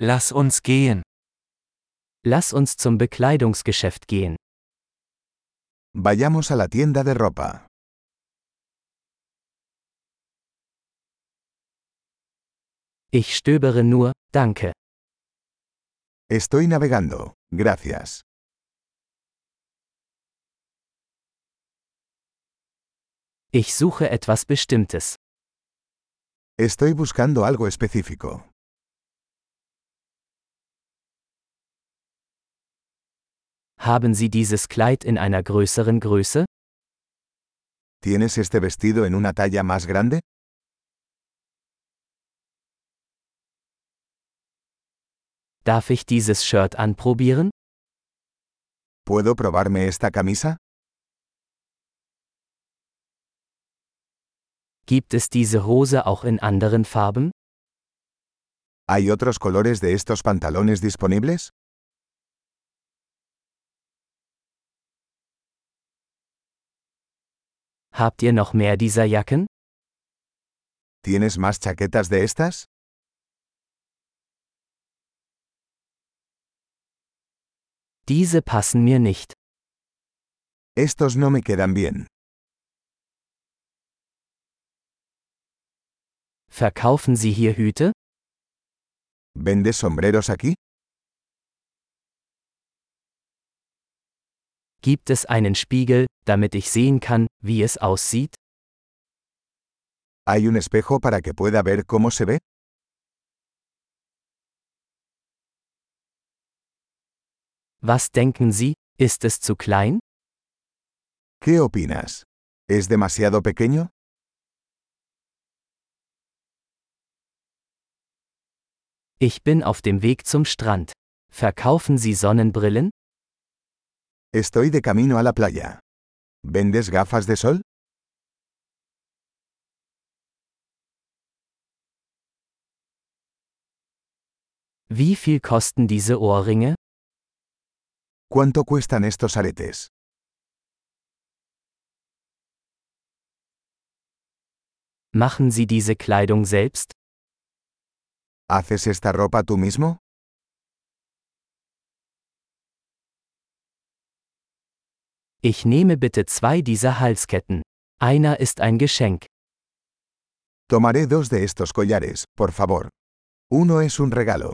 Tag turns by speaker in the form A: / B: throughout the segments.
A: Lass uns gehen.
B: Lass uns zum Bekleidungsgeschäft gehen.
C: Vayamos a la tienda de ropa.
B: Ich stöbere nur, danke.
C: Estoy navegando, gracias.
B: Ich suche etwas Bestimmtes.
C: Estoy buscando algo específico.
B: Haben Sie dieses Kleid in einer größeren Größe?
C: ¿Tienes este vestido en una talla más grande?
B: Darf ich dieses Shirt anprobieren?
C: ¿Puedo probarme esta camisa?
B: Gibt es diese Hose auch in anderen Farben?
C: ¿Hay otros colores de estos pantalones disponibles?
B: Habt ihr noch mehr dieser Jacken?
C: ¿Tienes más chaquetas de estas?
B: Diese passen mir nicht.
C: Estos no me quedan bien.
B: Verkaufen Sie hier Hüte?
C: ¿Vendes sombreros aquí?
B: Gibt es einen Spiegel, damit ich sehen kann, wie es aussieht?
C: ¿Hay un espejo para que pueda ver cómo se ve?
B: Was denken Sie, ist es zu klein?
C: ¿Qué opinas? ¿Es demasiado pequeño?
B: Ich bin auf dem Weg zum Strand. Verkaufen Sie Sonnenbrillen?
C: Estoy de camino a la playa. ¿Vendes gafas de sol?
B: Wie viel kosten diese Ohrringe?
C: ¿Cuánto cuestan estos aretes?
B: Machen Sie diese Kleidung selbst?
C: ¿Haces esta ropa tú mismo?
B: Ich nehme bitte zwei dieser Halsketten. Einer ist ein Geschenk.
C: Tomaré dos de estos collares, por favor. Uno es un regalo.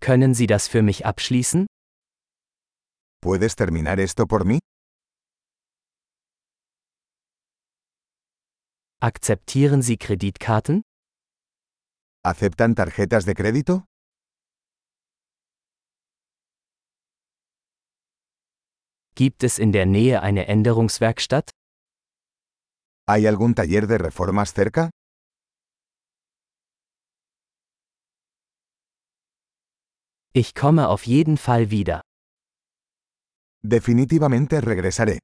B: Können Sie das für mich abschließen?
C: ¿Puedes terminar esto por mí?
B: Akzeptieren Sie Kreditkarten?
C: ¿Aceptan tarjetas de crédito?
B: Gibt es in der Nähe eine Änderungswerkstatt?
C: ¿Hay algún taller de reformas cerca?
B: Ich komme auf jeden Fall wieder.
C: Definitivamente regresaré.